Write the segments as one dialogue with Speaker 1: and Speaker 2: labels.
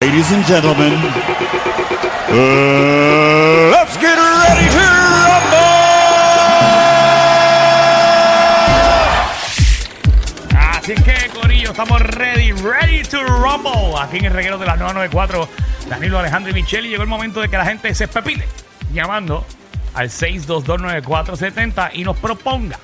Speaker 1: Ladies and gentlemen, uh, let's get ready to rumble.
Speaker 2: Así que, Corillo, estamos ready, ready to rumble. Aquí en el reguero de la 994, Danilo Alejandro y Michelle. Y llegó el momento de que la gente se espepite llamando al 6229470 y nos proponga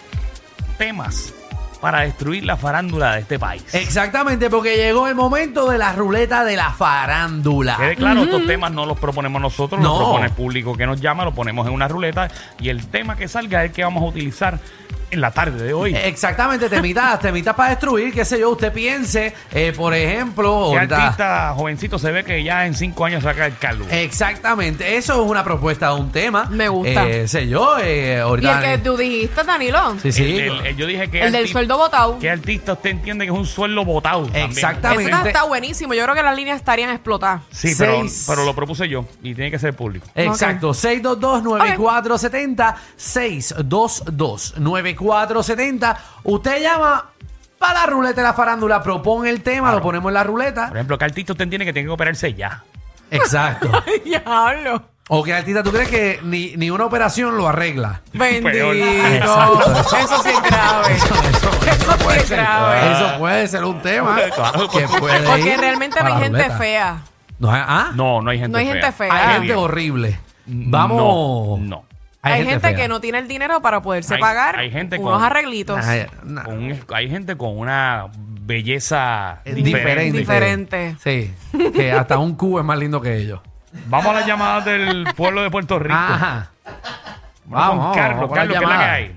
Speaker 2: temas para destruir la farándula de este país.
Speaker 3: Eh, Exactamente, porque llegó el momento de la ruleta de la farándula.
Speaker 2: Quede claro, estos temas no los proponemos nosotros, los
Speaker 3: No.
Speaker 2: propone el público que nos llama, lo ponemos en una ruleta y el tema que salga es el que vamos a utilizar en la tarde de hoy.
Speaker 3: Eh, Exactamente, temitas, temitas para destruir, qué sé yo, usted piense, eh, por ejemplo,
Speaker 2: ¿Qué
Speaker 3: ahorita-
Speaker 2: artista jovencito se ve que ya en cinco años saca el calvo?
Speaker 3: Exactamente, eso es una propuesta de un tema.
Speaker 4: Me gusta.
Speaker 3: Eh, sé yo, eh,
Speaker 4: Y
Speaker 3: ahorita.
Speaker 4: el que tú dijiste, Danilo.
Speaker 3: Sí, sí.
Speaker 2: El del- el- yo dije que
Speaker 4: El del
Speaker 2: arti-
Speaker 4: sueldo botado.
Speaker 2: ¿Qué artista usted entiende que es un sueldo botado? también?
Speaker 3: Exactamente.
Speaker 4: Ese está, está buenísimo. Yo creo que las líneas estarían explotadas.
Speaker 2: Sí, pero,
Speaker 3: Seis.
Speaker 2: pero lo propuse yo y tiene que ser público.
Speaker 3: Exacto, 622-9470, 622-9470. Usted llama para la ruleta de la farándula, propone el tema, lo ponemos en la ruleta.
Speaker 2: Por ejemplo, ¿qué artista usted entiende que tiene que operarse ya?
Speaker 3: Exacto.
Speaker 4: Diablo.
Speaker 3: o que artista, ¿tú crees que ni, ni una operación lo arregla?
Speaker 4: Bendito.
Speaker 3: Exacto.
Speaker 4: Ah, Eso sí es grave.
Speaker 3: Eso, eso,
Speaker 4: Eso sí es grave.
Speaker 3: eso puede ser un tema
Speaker 2: Claro.
Speaker 3: que puede ir
Speaker 4: Porque realmente
Speaker 3: para
Speaker 4: no hay
Speaker 3: la
Speaker 4: gente
Speaker 3: ruleta.
Speaker 4: fea.
Speaker 3: No, hay- ¿ah?
Speaker 2: No, no hay gente
Speaker 4: No hay
Speaker 2: fea.
Speaker 4: gente fea.
Speaker 3: Hay
Speaker 4: Ah.
Speaker 3: gente horrible. Vamos.
Speaker 2: No, no.
Speaker 4: Hay, gente,
Speaker 3: fea.
Speaker 4: que no tiene el dinero para poderse
Speaker 2: Hay-
Speaker 4: pagar
Speaker 2: hay gente
Speaker 4: unos
Speaker 2: con-
Speaker 4: arreglitos
Speaker 3: Ay, no.
Speaker 2: Con un- hay gente con una belleza
Speaker 3: Es
Speaker 2: diferente.
Speaker 3: eh, diferente.
Speaker 4: diferentes.
Speaker 3: Sí, que hasta un cubo es más lindo que ellos.
Speaker 2: Vamos a las llamadas del pueblo de Puerto Rico.
Speaker 3: Ajá.
Speaker 2: Vamos, con
Speaker 3: vamos,
Speaker 2: Carlos,
Speaker 3: vamos con
Speaker 2: Carlos,
Speaker 3: la
Speaker 2: ¿qué es la que
Speaker 3: llamada.
Speaker 2: hay?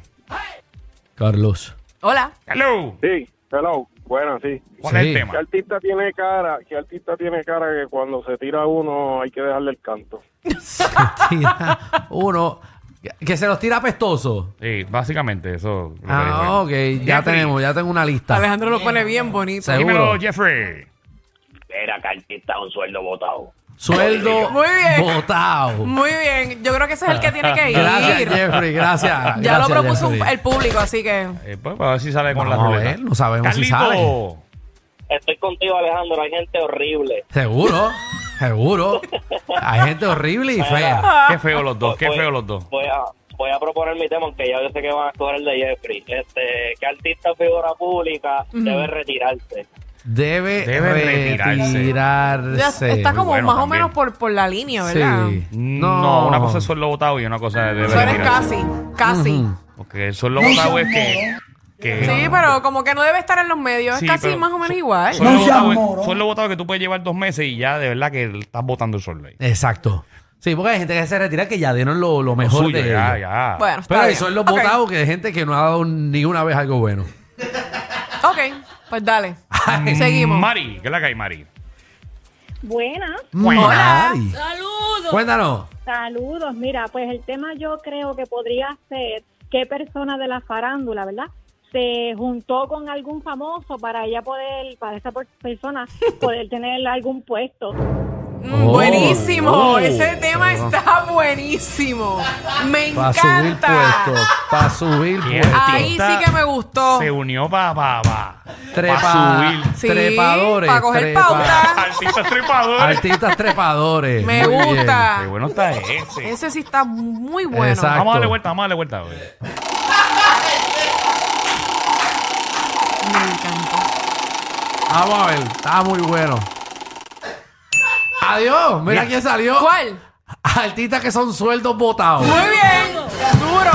Speaker 3: Carlos.
Speaker 4: Hola.
Speaker 2: Carlos,
Speaker 5: Sí, hello. Bueno, sí.
Speaker 2: ¿cuál es el
Speaker 3: Sí.
Speaker 2: tema?
Speaker 5: ¿Qué artista tiene cara? ¿Qué artista tiene cara que cuando se tira uno hay que dejarle el canto?
Speaker 3: Tira uno que- que se los tira apestoso.
Speaker 2: Sí, básicamente eso. es lo que
Speaker 3: Ah, ok.
Speaker 2: dijo él.
Speaker 3: Ya
Speaker 2: Jeffrey,
Speaker 3: tenemos, ya tengo una lista.
Speaker 4: Alejandro lo pone bien bonito.
Speaker 3: Ah. Seguro.
Speaker 2: Dímelo, Jeffrey.
Speaker 6: Era cartista un sueldo botado.
Speaker 3: Sueldo
Speaker 4: Muy bien.
Speaker 3: botado.
Speaker 4: Muy bien. Yo creo que ese es el que tiene que ir.
Speaker 3: Gracias, Jeffrey. Gracias.
Speaker 4: ya lo
Speaker 3: Gracias,
Speaker 4: propuso un-
Speaker 3: Jeffrey.
Speaker 4: el público, así que.
Speaker 2: Eh, pues, a ver si sale con la
Speaker 3: Vamos a
Speaker 2: ruleta.
Speaker 3: ver, no sabemos si
Speaker 2: Carlito.
Speaker 6: Estoy contigo, Alejandro. Hay gente horrible.
Speaker 3: Seguro, seguro. Hay gente horrible y fea.
Speaker 2: Qué feo los dos, Pues, qué
Speaker 6: Voy-
Speaker 2: feo los dos.
Speaker 6: Voy a, voy a proponer mi tema, aunque ya yo sé que van a escoger el de Jeffrey. Este, ¿Qué artista o figura pública debe retirarse?
Speaker 3: Debe,
Speaker 2: Debe retirarse.
Speaker 4: Ya
Speaker 3: retirarse.
Speaker 4: está como
Speaker 2: bueno
Speaker 4: más o
Speaker 2: también.
Speaker 4: menos por, por la línea, ¿verdad?
Speaker 3: Sí.
Speaker 2: No. una cosa es sueldo botado y una cosa es de
Speaker 4: Eso eres
Speaker 2: retirarse.
Speaker 4: casi, casi.
Speaker 3: Ujú.
Speaker 2: Porque el sueldo botado es que. que
Speaker 4: Sí, pero como que no debe estar en los medios,
Speaker 2: Sí,
Speaker 4: es casi
Speaker 2: pero
Speaker 4: más o menos
Speaker 2: su-
Speaker 4: igual.
Speaker 2: Sueldo, botado, es- sueldo botado que tú puedes llevar dos meses y ya de verdad que estás botando el sueldo ahí.
Speaker 3: Exacto. Sí, porque hay gente que se retira que ya dieron lo, lo mejor
Speaker 2: Suyo,
Speaker 3: de
Speaker 2: ya,
Speaker 3: ellos.
Speaker 2: ya.
Speaker 4: Bueno, está
Speaker 3: Pero
Speaker 4: bien.
Speaker 3: eso es lo
Speaker 4: Ok,
Speaker 3: votado que hay gente que no ha dado ni una vez algo bueno.
Speaker 4: Ok, pues dale. Seguimos.
Speaker 2: Ah, Mari, ¿qué es la que hay, Mari?
Speaker 7: Buenas,
Speaker 4: Hola.
Speaker 3: Mari, Cuéntanos.
Speaker 7: saludos. Mira, pues el tema yo creo que podría ser qué persona de la farándula, ¿verdad? Se juntó con algún famoso para ella poder, para esa por- persona poder tener algún puesto.
Speaker 4: Mm,
Speaker 3: Oh,
Speaker 4: buenísimo,
Speaker 3: oh.
Speaker 4: ese tema
Speaker 3: Pero-
Speaker 4: está buenísimo. Me
Speaker 3: Para subir puestos.
Speaker 4: encanta.
Speaker 3: Para subir
Speaker 2: Bien.
Speaker 3: puestos.
Speaker 4: Ahí sí que me gustó.
Speaker 2: Se unió para pa, pa,
Speaker 3: Trepa-
Speaker 2: pa subir.
Speaker 4: Sí,
Speaker 3: trepadores.
Speaker 4: para coger
Speaker 3: trepa-
Speaker 4: pauta.
Speaker 2: Artista trepador.
Speaker 3: Artistas trepadores.
Speaker 4: Me
Speaker 3: Muy bien.
Speaker 4: gusta.
Speaker 2: Qué bueno está ese.
Speaker 4: Ese sí está muy bueno.
Speaker 3: Exacto.
Speaker 2: Vamos a darle vuelta, vamos a darle vuelta.
Speaker 4: Me encantó.
Speaker 3: Vamos a ver. Está muy bueno. Adiós. Mira quién salió.
Speaker 4: ¿Cuál?
Speaker 3: Artistas que son sueldos botados.
Speaker 4: Muy bien. Duro.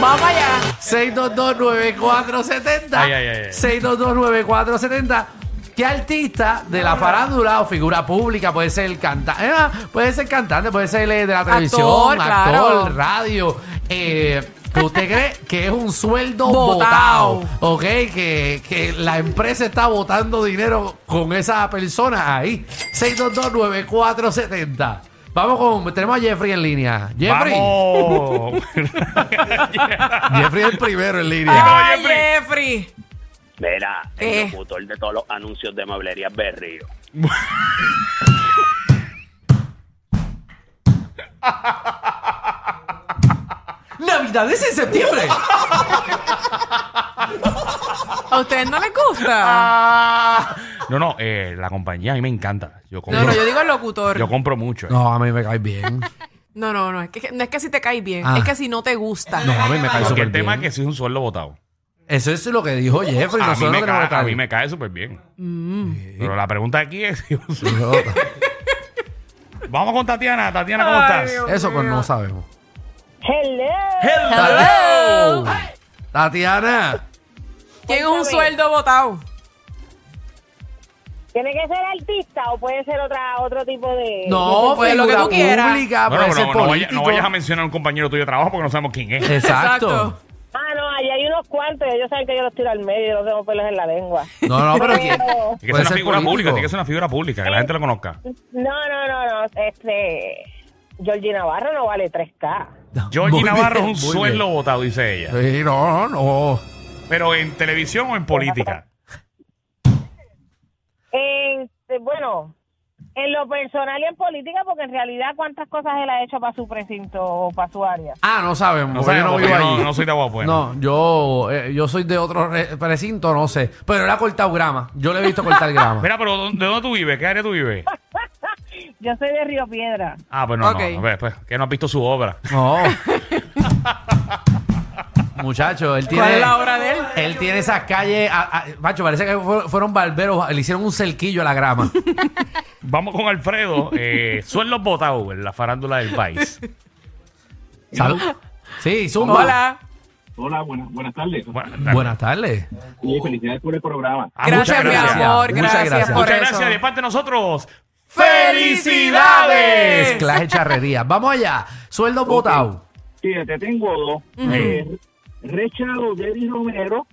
Speaker 4: Vamos allá.
Speaker 2: Ay, ay, ay, ay.
Speaker 3: 6229470. 6229470. ¿Qué artista de la farándula o figura pública puede ser cantante? ah, puede ser cantante, puede ser eh, de la televisión,
Speaker 4: claro.
Speaker 3: actor, radio. eh, que usted cree que es un sueldo
Speaker 4: Botao.
Speaker 3: botado. Ok, que, que la empresa está botando dinero con esa persona ahí. 6229470. Vamos con. Tenemos a Jeffrey en línea. Jeffrey.
Speaker 2: Vamos.
Speaker 3: Jeffrey es el primero en línea.
Speaker 4: Ay, Jeffrey.
Speaker 6: Mira,
Speaker 4: Eh.
Speaker 6: el locutor de todos los anuncios de mueblería Berrío.
Speaker 3: Navidades en septiembre.
Speaker 4: ¿A ustedes no les gusta?
Speaker 2: Ah. no, no, eh, la compañía a mí me encanta. Yo compro,
Speaker 4: Ah. No, no, yo digo el locutor.
Speaker 2: yo compro mucho. eh.
Speaker 3: No, a mí me cae bien.
Speaker 4: No, no, no. Es que, no es que si te cae bien,
Speaker 3: Ah.
Speaker 4: es que si no te gusta.
Speaker 3: No, a mí me cae
Speaker 2: Porque
Speaker 3: súper
Speaker 2: el tema
Speaker 3: bien.
Speaker 2: es que si es un sueldo votado.
Speaker 3: Eso es lo que dijo Jeffrey.
Speaker 2: A mí,
Speaker 3: nosotros
Speaker 2: me
Speaker 3: no tenemos
Speaker 2: cae,
Speaker 3: que
Speaker 2: a
Speaker 3: estar-
Speaker 2: mí me cae súper bien.
Speaker 4: Mm.
Speaker 2: Pero la pregunta aquí es si es un sueldo- Vamos con Tatiana. Tatiana, ¿cómo
Speaker 4: Ay,
Speaker 2: estás?
Speaker 4: Dios.
Speaker 3: Eso pues no sabemos.
Speaker 7: Hello.
Speaker 3: Hello. Tatiana.
Speaker 4: ¿Quién es un
Speaker 7: Cuéntame.
Speaker 4: sueldo votado?
Speaker 7: ¿Tiene que ser artista o puede ser otra otro tipo de.?
Speaker 3: No,
Speaker 4: pues, lo que
Speaker 3: figura
Speaker 4: tú quieras.
Speaker 3: Pública,
Speaker 2: Bueno,
Speaker 3: puede
Speaker 2: pero
Speaker 3: ser
Speaker 2: no, no vaya- no
Speaker 3: político.
Speaker 2: vayas a mencionar a un compañero tuyo de trabajo porque no sabemos quién es.
Speaker 3: Exacto.
Speaker 7: Ah, no, ahí hay unos cuantos. Ellos saben que yo los tiro al medio. Yo no tengo pelos en la lengua.
Speaker 3: No, no, pero ¿quién?
Speaker 7: Pero-
Speaker 2: Tiene que
Speaker 3: Puede
Speaker 2: ser una
Speaker 3: ser
Speaker 2: figura
Speaker 3: político.
Speaker 2: pública, tiene que ser una figura pública, que la gente lo conozca.
Speaker 7: No, no, no, no. Este. Georgie Navarro no vale 3K.
Speaker 2: Georgie
Speaker 3: Muy
Speaker 2: Navarro
Speaker 3: bien,
Speaker 2: es un
Speaker 3: muy
Speaker 2: sueldo
Speaker 3: bien.
Speaker 2: votado, dice ella.
Speaker 3: Sí, no, no.
Speaker 2: Pero en televisión o en política.
Speaker 7: En- Este, bueno, en lo personal y en política, porque en realidad, ¿cuántas cosas él ha hecho para su precinto o para su área?
Speaker 3: Ah, no sabemos.
Speaker 2: No
Speaker 3: porque
Speaker 2: sabemos,
Speaker 3: yo no
Speaker 2: porque
Speaker 3: vivo
Speaker 2: yo no,
Speaker 3: allí.
Speaker 2: no soy de Aguapuena.
Speaker 3: No, yo, eh, yo soy de otro re- precinto, no sé. Pero él ha cortado grama. Yo le he visto cortar grama.
Speaker 2: Mira, pero ¿dó- ¿de dónde tú vives? ¿Qué área tú vives?
Speaker 7: Yo soy de Río Piedra.
Speaker 2: Ah, pues no,
Speaker 4: Ok.
Speaker 2: no, no, pues, pues, que no has visto su obra.
Speaker 3: No. Muchacho, él tiene.
Speaker 4: ¿Cuál es la hora de él?
Speaker 3: Él tiene esas calles. a- a- macho, parece que fue- fueron barberos. Le hicieron un cerquillo a la grama.
Speaker 2: Vamos con Alfredo. Eh, sueldos votados en la farándula del país.
Speaker 3: Salud. Sí, zumba.
Speaker 4: Hola.
Speaker 5: Hola, buenas, buenas tardes.
Speaker 2: Bueno,
Speaker 3: Buenas tardes.
Speaker 5: Y felicidades por el programa.
Speaker 2: ah,
Speaker 4: gracias,
Speaker 2: muchas gracias.
Speaker 4: mi amor.
Speaker 3: Muchas
Speaker 4: Gracias,
Speaker 3: gracias.
Speaker 4: por
Speaker 2: Muchas
Speaker 4: eso.
Speaker 2: gracias de parte de nosotros.
Speaker 4: ¡Felicidades!
Speaker 3: Clase charrería. Vamos allá. Sueldo botado.
Speaker 5: Fíjate, tengo dos. Eh, Rechado, Jerry Romero.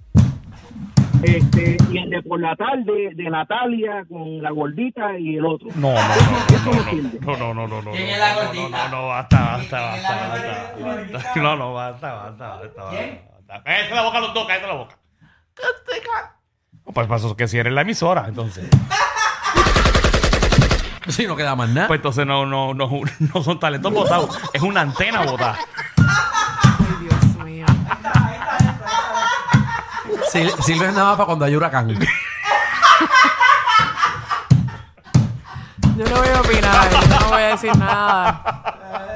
Speaker 5: Este, y el de por la tarde, de Natalia, con la gordita y el otro.
Speaker 2: No, no, no, no, no, no, no, no, no, no, no, no, no, no, basta, basta, basta, basta, basta. No, no, basta, basta, basta, basta. Cállate la boca los dos, cállate la boca. Pues pasó que si eres la emisora, entonces.
Speaker 3: Sí, no queda más nada.
Speaker 2: Pues entonces no, no, no, no son talentos botados, es una antena botada.
Speaker 4: Ay, Dios mío.
Speaker 3: Sil- sirve nada más para cuando hay huracán.
Speaker 4: Yo no voy a opinar, yo no voy a decir nada.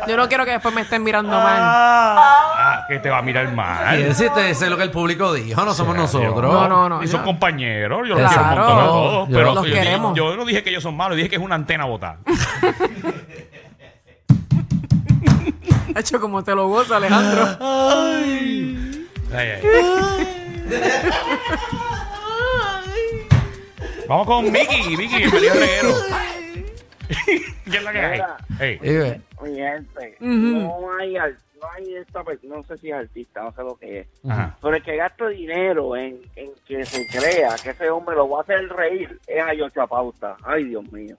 Speaker 4: Yo no quiero que después me estén mirando mal.
Speaker 2: Ah, que te va a mirar
Speaker 3: Y
Speaker 2: mal.
Speaker 3: ese te- ese es lo que el público dijo, no somos nosotros.
Speaker 4: No, no, no.
Speaker 2: Y son
Speaker 4: yo-
Speaker 2: compañeros, yo los quiero
Speaker 4: Claro.
Speaker 2: un montón a todos,
Speaker 3: Yo
Speaker 2: pero
Speaker 4: los
Speaker 2: yo,
Speaker 4: queremos.
Speaker 2: yo no dije que ellos son malos, dije que es una antena botada.
Speaker 4: Hacho, como te lo gozo,
Speaker 2: Ah.
Speaker 4: Alejandro.
Speaker 2: Ay, ay. Vamos con Mickey, Mickey, bienvenido al reguero. ¿Qué es la que hay? Ey,
Speaker 3: Eh,
Speaker 5: Mi gente, no, hay, al- no hay esta per- no sé si es artista, no sé lo que es,
Speaker 2: ajá.
Speaker 5: pero el que gasta dinero en, en que se crea que ese hombre lo va a hacer reír es a Yocho Pauta. Ay, Dios mío.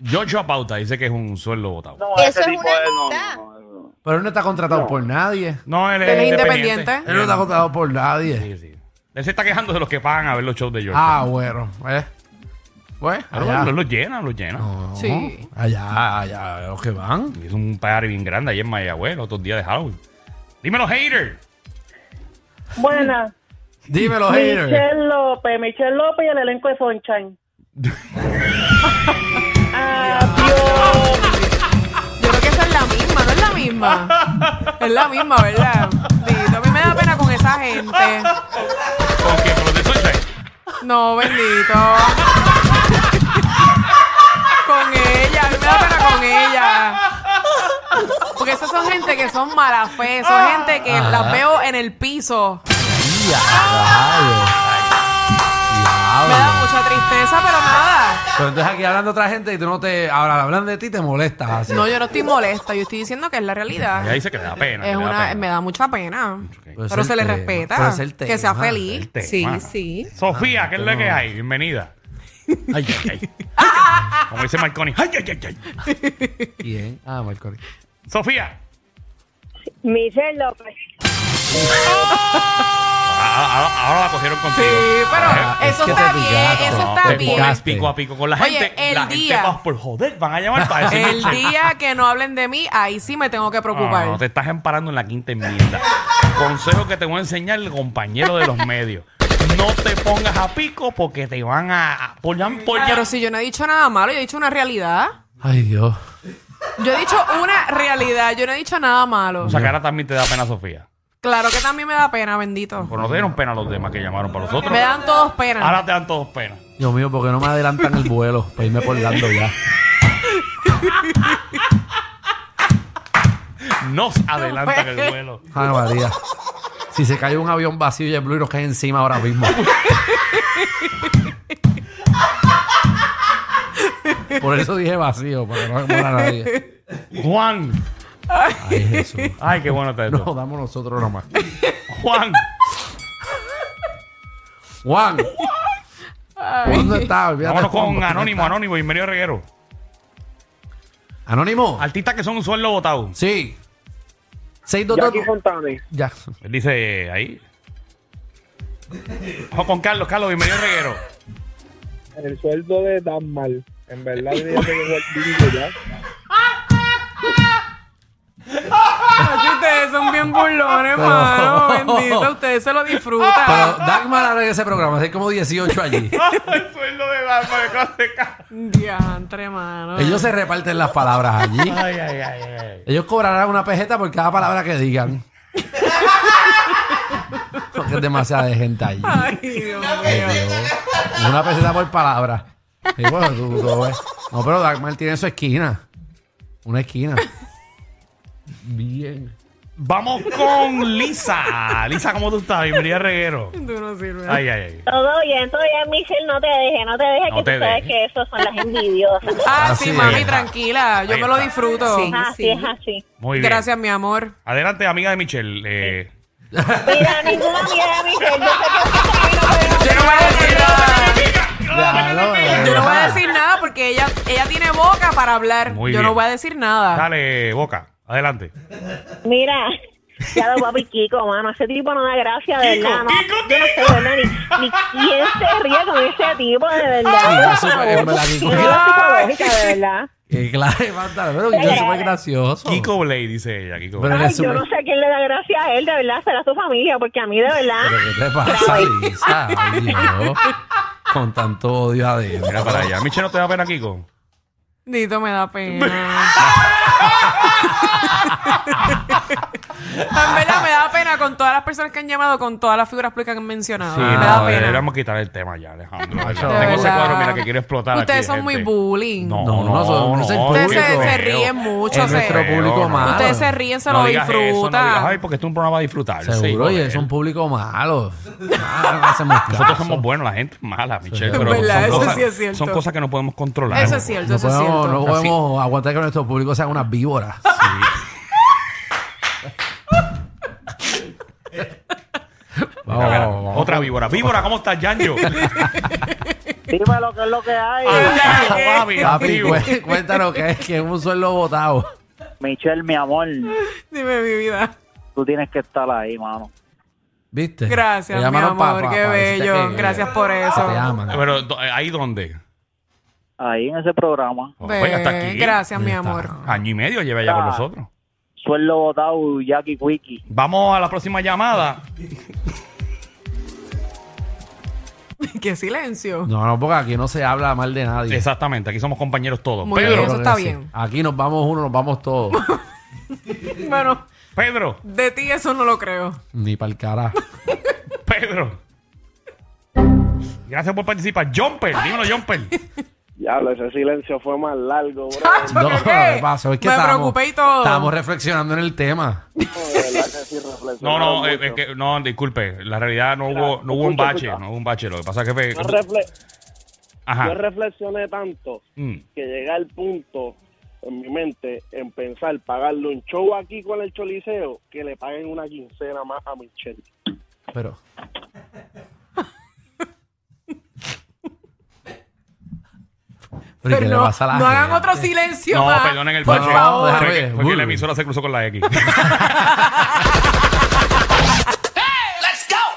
Speaker 2: Giorgio Apauta dice que es un sueldo votado.
Speaker 5: No,
Speaker 8: Eso
Speaker 5: ese
Speaker 8: es
Speaker 5: tipo
Speaker 8: una
Speaker 5: de- no,
Speaker 8: amistad.
Speaker 5: no, no, no.
Speaker 3: Pero él no está contratado
Speaker 5: No.
Speaker 3: por nadie.
Speaker 2: No, él es
Speaker 4: Él es
Speaker 2: independiente.
Speaker 4: independiente.
Speaker 3: Él no está contratado por nadie.
Speaker 2: Sí, sí. Él se está quejando de los que pagan a ver los shows de Giorgio.
Speaker 3: Ah, bueno. Eh. Bueno,
Speaker 2: Claro,
Speaker 3: allá.
Speaker 2: los, los llenan, los llenan.
Speaker 3: No,
Speaker 4: Sí.
Speaker 3: Allá, allá, los que van.
Speaker 2: Hizo un party bien grande ayer en Mayagüez, los otros días de Halloween. Dímelo, hater.
Speaker 7: Buenas.
Speaker 3: Dímelo, haters.
Speaker 7: Michelle López, Michelle López y el elenco de Sunshine. Adiós.
Speaker 4: Yo creo que esa es la misma, no es la misma. Es la misma, ¿verdad? Dito, a mí me da pena con esa gente.
Speaker 2: ¿Con qué? ¿Con los de Sunshine?
Speaker 4: No, bendito. Con ella, a mí me da pena con ella. Porque esas son gente que son mala fe, son gente que
Speaker 3: Ajá.
Speaker 4: las veo en el piso.
Speaker 3: Ya, rayos. Ah.
Speaker 4: Me da
Speaker 3: Diablo.
Speaker 4: mucha tristeza, pero nada.
Speaker 3: Pero entonces aquí hablando otra gente y tú no te. Ahora hablan de ti te molestas así.
Speaker 4: No, yo no estoy molesta, yo estoy diciendo que es la realidad.
Speaker 2: Ella dice que le da pena.
Speaker 4: es
Speaker 2: que le da
Speaker 4: una,
Speaker 2: pena.
Speaker 4: me da mucha pena.
Speaker 3: Pero
Speaker 4: Pero,
Speaker 3: es
Speaker 4: se
Speaker 3: el
Speaker 4: le
Speaker 3: tema, pero
Speaker 4: respeta.
Speaker 3: es el
Speaker 4: que sea
Speaker 3: tema,
Speaker 4: feliz.
Speaker 2: El tema. Sofía, ¿qué es lo que hay? Bienvenida. Ay, ay, ay. Como dice Marconi. Ay, ay, ay, ay.
Speaker 3: ¿Quién? Ah, Marco.
Speaker 2: Sofía.
Speaker 7: Michelle López.
Speaker 2: Ahora, ahora- ahora la cogieron
Speaker 4: Sí,
Speaker 2: contigo.
Speaker 4: pero
Speaker 2: Ah,
Speaker 3: es
Speaker 4: eso
Speaker 3: que
Speaker 4: está
Speaker 3: te
Speaker 4: bien,
Speaker 3: picaste.
Speaker 4: eso
Speaker 2: no, te
Speaker 4: está
Speaker 2: pongas
Speaker 4: bien.
Speaker 3: picaste.
Speaker 2: pico a pico con la
Speaker 4: Oye,
Speaker 2: gente.
Speaker 4: el
Speaker 2: la
Speaker 4: día-
Speaker 2: gente va por joder. Van a llamar para decir
Speaker 4: El día que no hablen de mí, ahí sí me tengo que preocupar.
Speaker 2: Ah, No, te estás amparando en la quinta enmienda. Consejo que te voy a enseñar el compañero de los medios. no te pongas a pico porque te van a. Por, por-
Speaker 4: Pero si yo no he dicho nada malo, yo he dicho una realidad.
Speaker 3: Ay, Dios.
Speaker 4: Yo he dicho una realidad, yo no he dicho nada malo.
Speaker 2: Esa cara también te da pena, Sofía.
Speaker 4: Claro que también me da pena, bendito.
Speaker 2: Pero no te dieron pena a los demás que llamaron para nosotros.
Speaker 4: Me dan todos pena.
Speaker 2: Ahora te dan todos pena.
Speaker 3: Dios mío, ¿por qué no me adelantan el vuelo para irme por Orlando ya?
Speaker 2: Nos adelantan el vuelo.
Speaker 3: Ay, María. Si se cae un avión vacío y Blue y nos cae encima ahora mismo. Por eso dije vacío, porque no se muera nadie.
Speaker 2: Juan.
Speaker 3: Ay, Jesús.
Speaker 2: Ay, qué bueno está esto.
Speaker 3: No, damos nosotros nomás.
Speaker 2: Juan.
Speaker 3: Juan. ¿Dónde está? Olvídate,
Speaker 2: Vámonos
Speaker 3: Juan,
Speaker 2: con
Speaker 3: ¿dónde
Speaker 2: Anónimo,
Speaker 3: está?
Speaker 2: Anónimo y Medio Reguero.
Speaker 3: ¿Anónimo?
Speaker 2: Artistas que son un sueldo votado.
Speaker 3: Sí.
Speaker 5: Jackie
Speaker 3: 622.
Speaker 5: Fontanes.
Speaker 3: Jackson.
Speaker 2: Él dice ahí. Vamos con Carlos, Carlos, bienvenido Reguero.
Speaker 5: El sueldo de Dan Mal. En verdad, yo diría que es el bingo, ya.
Speaker 4: Ay, Ustedes son bien burlones, mano. Bendito, ustedes se lo
Speaker 3: Pero
Speaker 4: disfrutan.
Speaker 3: Dagmar ahora en ese programa, hay como 18 allí.
Speaker 2: el sueldo de Dama de Coseca.
Speaker 4: Diantre, mano.
Speaker 3: Ellos se reparten las palabras allí.
Speaker 2: Ay, ay, ay, ay.
Speaker 3: Ellos cobrarán una pejeta por cada palabra que digan. Porque es demasiada de gente allí.
Speaker 4: Ay, Dios mío.
Speaker 3: Una peseta por palabra. Sí, bueno, tú- tú ves. No, pero Dagmar tiene su esquina. Una esquina. Bien.
Speaker 2: Vamos con Lisa. Lisa, ¿cómo tú estás? Bienvenida Reguero.
Speaker 4: Tú no sirves.
Speaker 2: Ay, ay, ay.
Speaker 7: Todo bien, todo bien, Michelle, no te dejes, no te dejes,
Speaker 2: No
Speaker 7: que
Speaker 2: te
Speaker 7: tú sabes
Speaker 2: dejes.
Speaker 7: que esos son las envidiosas.
Speaker 4: Ah,
Speaker 3: Así
Speaker 4: sí,
Speaker 3: es.
Speaker 4: mami, tranquila. Yo
Speaker 2: Ahí
Speaker 4: me lo
Speaker 2: está.
Speaker 4: disfruto.
Speaker 8: Sí.
Speaker 7: Así es así.
Speaker 2: Muy bien.
Speaker 4: Gracias, mi amor.
Speaker 2: Adelante, amiga de Michelle. Eh,
Speaker 7: Mira, ninguna amiga de Michelle, yo sé que
Speaker 4: Yo no voy a decir nada.
Speaker 3: Claro,
Speaker 4: Yo no voy a
Speaker 3: ¿verdad?
Speaker 4: decir nada porque ella, ella tiene boca para hablar.
Speaker 2: Muy
Speaker 4: Yo
Speaker 2: bien.
Speaker 4: no voy a decir nada.
Speaker 2: dale, boca. Adelante.
Speaker 7: Mira, ya lo papi Kiko, mano. Ese tipo no da gracia, de
Speaker 2: Kiko,
Speaker 7: verdad. no.
Speaker 2: Kiko,
Speaker 7: Yo no sé, de verdad, ni, ni quién se ríe con ese tipo, de verdad.
Speaker 3: Sí, yo supe- en verdad, Kiko.
Speaker 7: Tiene una psicológica, de verdad.
Speaker 3: Y claro, Marta, pero Kiko es súper gracioso.
Speaker 2: Kiko Blade, dice ella. Kiko Blade.
Speaker 3: Pero él
Speaker 7: Ay,
Speaker 3: es
Speaker 7: yo
Speaker 3: súper...
Speaker 7: no sé a quién le da gracia a él, de verdad. Será su familia, porque a mí, de verdad.
Speaker 3: ¿Pero qué te pasa, Lisa? Ay, Dios. Con tanto odio adentro.
Speaker 2: Mira para allá. Michelle, ¿no te da pena, Kiko?
Speaker 4: Dito me da pena. en verdad me da pena con todas las personas que han llamado, con todas las figuras públicas que han mencionado. me
Speaker 2: no,
Speaker 4: da
Speaker 2: eh,
Speaker 4: pena.
Speaker 2: deberíamos quitar el tema ya, Alejandro.
Speaker 3: Macho.
Speaker 2: Tengo
Speaker 4: De
Speaker 2: ese
Speaker 4: verdad.
Speaker 2: cuadro, mira, que quiero explotar
Speaker 4: Ustedes
Speaker 2: aquí,
Speaker 4: son
Speaker 2: gente.
Speaker 4: muy bullying.
Speaker 2: No, no,
Speaker 3: No, no,
Speaker 2: no.
Speaker 3: son- no es el
Speaker 4: Ustedes se,
Speaker 3: público.
Speaker 4: se
Speaker 2: Qué
Speaker 4: ríen
Speaker 2: feo.
Speaker 4: mucho.
Speaker 3: Es
Speaker 4: se-
Speaker 3: nuestro público
Speaker 2: Feo,
Speaker 3: malo.
Speaker 4: Ustedes se ríen, se
Speaker 2: No
Speaker 4: lo
Speaker 2: digas
Speaker 4: disfrutan.
Speaker 2: eso, no digas, ay, porque esto es un programa para disfrutar. Sí,
Speaker 3: Seguro, y
Speaker 2: joder.
Speaker 3: es un público malo. Ah, no hacemos caso.
Speaker 2: Nosotros somos buenos, la gente es mala, Michelle.
Speaker 3: Es
Speaker 2: Pero son,
Speaker 4: verdad, eso
Speaker 2: cosas,
Speaker 4: sí es cierto.
Speaker 2: son cosas que no podemos controlar.
Speaker 4: Eso es cierto,
Speaker 3: No
Speaker 4: eso es
Speaker 3: podemos,
Speaker 4: cierto.
Speaker 3: no podemos aguantar que nuestro público sean unas víboras. Vamos,
Speaker 2: Mira, mira,
Speaker 3: vamos, vamos.
Speaker 2: Otra víbora. Víbora, ¿cómo estás, Ah, Yanjo?
Speaker 5: Dime lo que es lo que hay.
Speaker 2: Ay,
Speaker 3: Papi, pues.
Speaker 2: papi,
Speaker 3: cué- cuéntanos qué es, que es un sueldo botado.
Speaker 5: Michelle, mi amor,
Speaker 4: Dime mi vida.
Speaker 5: tú tienes que estar ahí, mano.
Speaker 3: ¿Viste? Te
Speaker 4: Gracias, mi
Speaker 3: llamaron
Speaker 4: amor,
Speaker 3: pa- pa-
Speaker 4: qué
Speaker 3: pa decirte
Speaker 4: bello.
Speaker 3: que-
Speaker 4: Gracias por
Speaker 3: que
Speaker 4: eso.
Speaker 3: Te aman.
Speaker 2: Pero, do- eh, ¿ahí dónde?
Speaker 5: Ahí en ese programa.
Speaker 2: Oh,
Speaker 4: Ve,
Speaker 2: pues, hasta aquí.
Speaker 4: Gracias, mi
Speaker 3: Ahí está.
Speaker 4: amor.
Speaker 2: Año y medio lleva ya con
Speaker 5: Ah.
Speaker 2: nosotros.
Speaker 5: Sueldo botado, Jackie Quickie.
Speaker 2: Vamos a la próxima llamada.
Speaker 4: Qué silencio.
Speaker 3: No, no, porque aquí no se habla mal de nadie.
Speaker 2: Exactamente, aquí somos compañeros todos.
Speaker 4: Muy
Speaker 2: Pedro,
Speaker 4: bien, eso está
Speaker 3: Sí.
Speaker 4: bien.
Speaker 3: Aquí nos vamos uno, nos vamos todos.
Speaker 4: Bueno,
Speaker 2: Pedro,
Speaker 4: de ti eso no lo creo.
Speaker 3: Ni para el carajo.
Speaker 2: Pedro. Gracias por participar. Jumper, dímelo, Jumper.
Speaker 5: Diablo, ese silencio fue más largo, bro.
Speaker 4: Chacho,
Speaker 3: No,
Speaker 4: ¿qué,
Speaker 3: no,
Speaker 4: qué?
Speaker 3: ¿qué pasó? Es que
Speaker 4: Me
Speaker 3: estábamos-
Speaker 4: preocupé y todo.
Speaker 3: Estábamos reflexionando en el tema.
Speaker 5: De verdad que sí reflexionaron
Speaker 2: No, no, eh,
Speaker 5: mucho.
Speaker 2: eh, que- no, disculpe. La realidad no hubo, no hubo un
Speaker 5: escucha,
Speaker 2: bache,
Speaker 5: escucha.
Speaker 2: no hubo un bache. Lo que pasa es que fue-
Speaker 5: Yo, refle- yo
Speaker 2: Ajá.
Speaker 5: reflexioné tanto
Speaker 2: Mm.
Speaker 5: que llegué al punto en mi mente en pensar pagarle un show aquí con el Choliseo que le paguen una quincena más a Michelle.
Speaker 3: Pero. Pero, ¿y qué
Speaker 4: Pero
Speaker 3: le
Speaker 4: no,
Speaker 3: pasa a la
Speaker 4: no hagan
Speaker 3: gente?
Speaker 4: otro silencio
Speaker 2: No,
Speaker 4: más.
Speaker 2: perdonen el
Speaker 3: Por
Speaker 2: bache.
Speaker 3: favor.
Speaker 2: Fue que- fue que la
Speaker 3: Uy.
Speaker 2: emisora se cruzó con la X.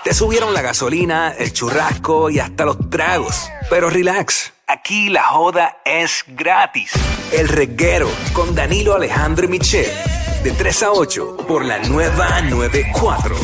Speaker 9: Te subieron la gasolina, el churrasco y hasta los tragos. Pero relax, aquí la joda es gratis. El reguero con Danilo Alejandro y Michel. De 3 a 8 por la nueva 94.